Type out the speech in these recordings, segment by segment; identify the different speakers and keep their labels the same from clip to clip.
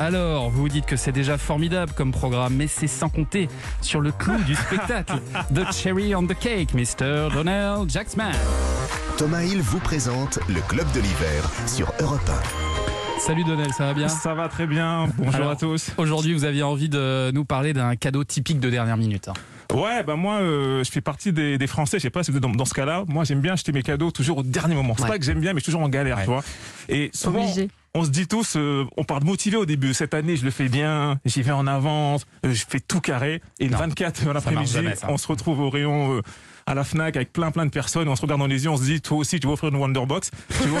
Speaker 1: Alors, vous vous dites que c'est déjà formidable comme programme, mais c'est sans compter sur le clou du spectacle. The cherry on the cake, Mr. Donald Jacksman.
Speaker 2: Thomas Hill vous présente le Club de l'Hiver sur Europe
Speaker 1: Salut Donald, ça va bien
Speaker 3: Ça va très bien, bonjour
Speaker 1: Alors,
Speaker 3: à tous.
Speaker 1: Aujourd'hui, vous aviez envie de nous parler d'un cadeau typique de dernière minute. hein.
Speaker 3: Ouais, bah moi, euh, je fais partie des, des Français, je sais pas si vous êtes dans, dans ce cas-là, moi j'aime bien acheter mes cadeaux toujours au dernier moment. C'est
Speaker 1: Ouais.
Speaker 3: pas que j'aime bien, mais je suis toujours en galère, tu vois. Et souvent,
Speaker 4: Obligé.
Speaker 3: on se dit tous, euh, on part de motivé au début. Cette année, je le fais bien, j'y vais en avance, euh, je fais tout carré. Et le
Speaker 1: Non,
Speaker 3: 24 dans l'après-midi,
Speaker 1: jamais, ça.
Speaker 3: on se retrouve au rayon... euh, à la Fnac avec plein plein de personnes, on se regarde dans les yeux, on se dit toi aussi tu vas offrir une Wonderbox, tu vois.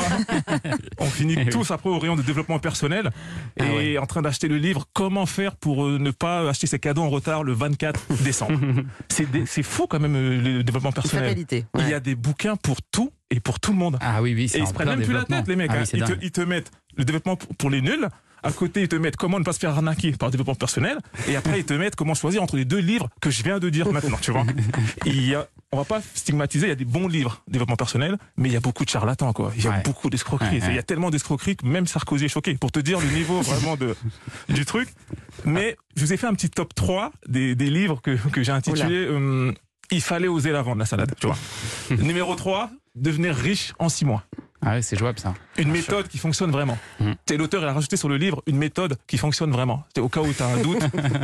Speaker 3: on finit
Speaker 1: Eh oui.
Speaker 3: tous après au rayon de développement personnel et
Speaker 1: Ah ouais.
Speaker 3: en train d'acheter le livre Comment faire pour euh, ne pas acheter ses cadeaux en retard le 24 décembre. C'est des- c'est fou quand même euh, le développement personnel.
Speaker 5: fatalité.
Speaker 3: Il y a des bouquins pour tout et pour tout le monde.
Speaker 1: Ah oui, oui,
Speaker 3: Et
Speaker 1: c'est
Speaker 3: ils
Speaker 1: en
Speaker 3: se prennent
Speaker 1: plein
Speaker 3: même plus la tête, les mecs.
Speaker 1: développement. Ah
Speaker 3: hein.
Speaker 1: oui, c'est
Speaker 3: ils, te,
Speaker 1: dingue.
Speaker 3: ils te mettent le développement p- pour les nuls. À côté, ils te mettent comment ne pas se faire arnaquer par le développement personnel. Et après, ils te mettent comment choisir entre les deux livres que je viens de dire maintenant, tu vois. Il y a- on va pas stigmatiser, il y a des bons livres développement personnel, mais il y a beaucoup de charlatans, quoi. Il y a
Speaker 1: Ouais.
Speaker 3: beaucoup d'escroqueries.
Speaker 1: Ouais, ouais.
Speaker 3: Il y a tellement d'escroqueries que même Sarkozy est choqué, pour te dire le niveau vraiment de, du truc. Mais je vous ai fait un petit top 3 des, des livres que, que j'ai intitulé euh, Il fallait oser la vendre, la salade, tu vois. Numéro 3, devenir riche en 6 mois.
Speaker 1: Ah oui, c'est jouable ça.
Speaker 3: Une méthode qui fonctionne vraiment.
Speaker 1: Mm.
Speaker 3: C'est L'auteur il a rajouté sur le livre une méthode qui fonctionne vraiment. C'est Au cas où tu as un doute,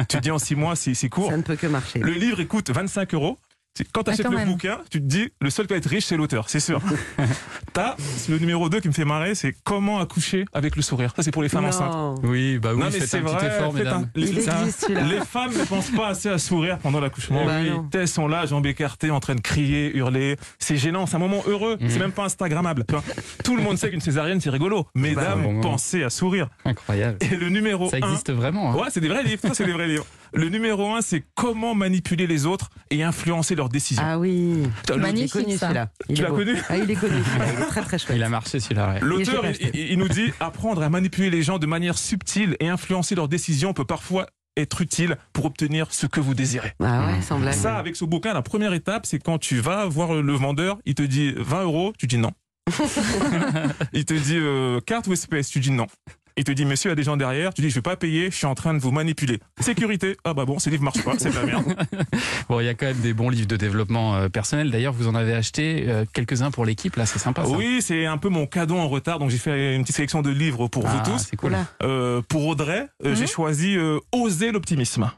Speaker 3: tu te dis en six mois, c'est c'est court.
Speaker 5: Ça ne peut que marcher.
Speaker 3: Le livre il coûte 25 euros. C'est- Quand tu achètes
Speaker 4: Ah, quand
Speaker 3: le
Speaker 4: même.
Speaker 3: bouquin, tu te dis le seul qui va être riche, c'est l'auteur, c'est sûr. T'as le numéro 2 qui me fait marrer, c'est comment accoucher avec le sourire. Ça, c'est pour les femmes enceintes.
Speaker 5: Non.
Speaker 1: Oui, bah oui,
Speaker 3: Non, mais
Speaker 1: faites
Speaker 3: c'est
Speaker 1: un petit
Speaker 3: vrai.
Speaker 1: effort,
Speaker 3: faites
Speaker 1: mesdames.
Speaker 3: un-
Speaker 5: Il existe celui-là.
Speaker 3: les femmes ne pensent pas assez à sourire pendant l'accouchement.
Speaker 5: Bah
Speaker 3: oui,
Speaker 5: non.
Speaker 3: elles sont là, jambes écartées, en train de crier, hurler. C'est gênant, c'est un moment heureux.
Speaker 1: Mhm. Bah,
Speaker 3: C'est même pas Instagrammable. tu vois. Tout le monde sait qu'une césarienne, c'est rigolo. Mesdames,
Speaker 1: bon moment.
Speaker 3: pensez à sourire.
Speaker 1: Incroyable.
Speaker 3: Et le numéro
Speaker 1: Ça
Speaker 3: 1.
Speaker 1: existe vraiment. hein.
Speaker 3: Ouais, c'est des vrais livres. ça, c'est des vrais livres. Le numéro 1, c'est comment manipuler les autres et influencer leurs décisions.
Speaker 5: Ah oui.
Speaker 3: T'as le-
Speaker 5: Il est
Speaker 4: Magnifique,
Speaker 5: connu
Speaker 4: ça.
Speaker 5: celui-là. Il
Speaker 3: Tu
Speaker 5: est
Speaker 3: l'as
Speaker 5: beau.
Speaker 3: connu
Speaker 5: Ah, il est connu. Il est très très chouette.
Speaker 1: Il a marché celui-là. ouais.
Speaker 3: L'auteur,
Speaker 5: Et je
Speaker 3: il,
Speaker 5: l'ai acheté.
Speaker 3: il- il nous dit apprendre à manipuler les gens de manière subtile et influencer leurs décisions peut parfois être utile pour obtenir ce que vous désirez.
Speaker 5: Ah ouais, sans blague.
Speaker 3: Ça, avec ce bouquin, la première étape, c'est quand tu vas voir le vendeur, il te dit 20 euros, tu dis non. il te dit euh, carte ou espèce, tu dis non. Il te dit monsieur, il y a des gens derrière, tu dis je vais pas payer, je suis en train de vous manipuler. Sécurité, ah bah bon, ces livres marchent pas, c'est de la merde.
Speaker 1: Bon, il y a quand même des bons livres de développement euh, personnel. D'ailleurs, vous en avez acheté euh, quelques-uns pour l'équipe. Là, c'est sympa. Ça.
Speaker 3: Oui, c'est un peu mon cadeau en retard, donc j'ai fait une petite sélection de livres pour
Speaker 1: Ah,
Speaker 3: vous tous.
Speaker 1: C'est cool.
Speaker 5: Oula.
Speaker 3: Euh, pour Audrey, euh, j'ai
Speaker 4: Mhm.
Speaker 3: choisi euh, Oser l'optimisme.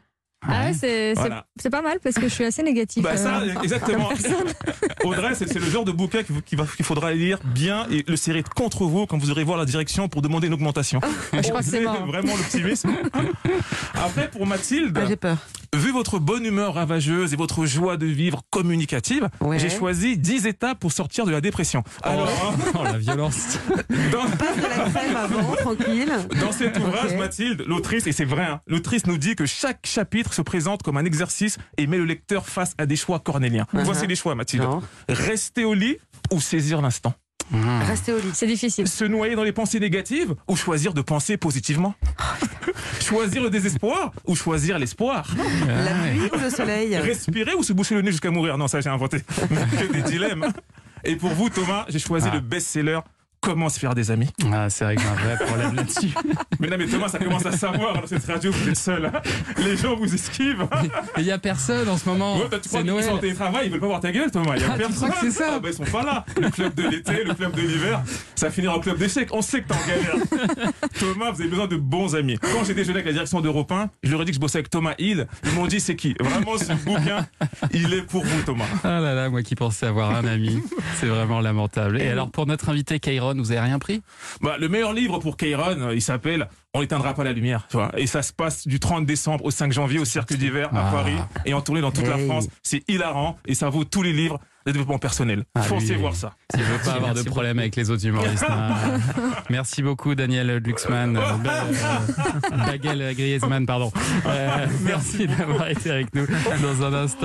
Speaker 4: Ah ouais, c'est c'est-
Speaker 3: Voilà.
Speaker 4: c'est pas mal parce que je suis assez négative.
Speaker 3: Bah ça,
Speaker 4: euh,
Speaker 3: exactement.
Speaker 4: comme personne.
Speaker 3: Audrey, c'est c'est le genre de bouquin qu'il qui va- qu'il faudra lire bien et le serrer contre vous quand vous irez voir la direction pour demander une augmentation.
Speaker 4: je crois que c'est
Speaker 3: Osez
Speaker 4: mort.
Speaker 3: Vraiment l'optimisme. Après, pour Mathilde,
Speaker 5: Ah, j'ai peur.
Speaker 3: vu votre bonne humeur ravageuse et votre joie de vivre communicative,
Speaker 5: Ouais.
Speaker 3: j'ai choisi 10 étapes pour sortir de la dépression. Alors,
Speaker 4: Ah
Speaker 3: hein.
Speaker 1: Oh, la violence.
Speaker 3: dans,
Speaker 5: Passe de la crème avant, tranquille.
Speaker 3: Dans cet ouvrage,
Speaker 5: Ok.
Speaker 3: Mathilde, l'autrice, et c'est vrai, hein, l'autrice nous dit que chaque chapitre se présente comme un exercice et met le lecteur face à des choix cornéliens.
Speaker 4: Uh-huh.
Speaker 5: Mhm.
Speaker 3: Voici les choix, Mathilde.
Speaker 5: Genre,
Speaker 3: Rester au lit ou saisir l'instant.
Speaker 1: Mmh.
Speaker 5: restez au lit.
Speaker 4: C'est difficile.
Speaker 3: Se noyer dans les pensées négatives ou choisir de penser positivement.
Speaker 4: Oh,
Speaker 3: choisir le désespoir ou choisir l'espoir.
Speaker 5: La pluie ou le soleil
Speaker 3: Respirer ou se boucher le nez jusqu'à mourir. Non, ça j'ai inventé. Mais que des dilemmes. Et pour vous, Thomas, j'ai choisi
Speaker 1: Ah.
Speaker 3: le best-seller. Comment se faire des amis
Speaker 1: Ah, c'est vrai que j'ai un vrai problème là-dessus.
Speaker 3: Mais non, mais Thomas, ça commence à savoir dans cette radio, vous êtes seul. hein. Les gens vous esquivent.
Speaker 1: Et il y a personne en ce moment.
Speaker 3: Ouais, bah, tu crois
Speaker 1: c'est
Speaker 3: qu'ils
Speaker 1: Noël.
Speaker 3: sont en télétravail, ils veulent pas voir ta gueule, Thomas. Il y a
Speaker 1: Ah, tu
Speaker 3: personne.
Speaker 1: crois que c'est ça
Speaker 3: Ah, bah, ils sont pas là. Le club de l'été, le club de l'hiver, ça finira au club d'échecs. On sait que t'es en galère. Thomas, vous avez besoin de bons amis. Quand j'ai déjeuné avec la direction d'Europe 1, je leur ai dit que je bossais avec Thomas Hill. Ils m'ont dit c'est qui Vraiment, ce bouquin, il est pour vous, Thomas.
Speaker 1: Ah là là, moi qui pensais avoir un ami, c'est vraiment lamentable. Et alors pour notre invité Kairon, vous avez rien pris
Speaker 3: Bah, le meilleur livre pour Kairon, euh, il s'appelle On n'éteindra pas la lumière. Tu vois. Et ça se passe du 30 décembre au 5 janvier au Cirque d'hiver à
Speaker 1: Ah.
Speaker 3: Paris et en tournée dans toute la
Speaker 5: Hey.
Speaker 3: France. C'est hilarant et ça vaut tous les livres de développement personnel.
Speaker 1: Ah,
Speaker 3: Foncez
Speaker 1: lui.
Speaker 3: voir ça.
Speaker 1: Je veux pas avoir de problème avec les autres humoristes. hein. Merci beaucoup Daniel Glucksmann, euh, Ba- euh, Bagel Griezmann, pardon. Euh, merci d'avoir été avec nous dans un instant.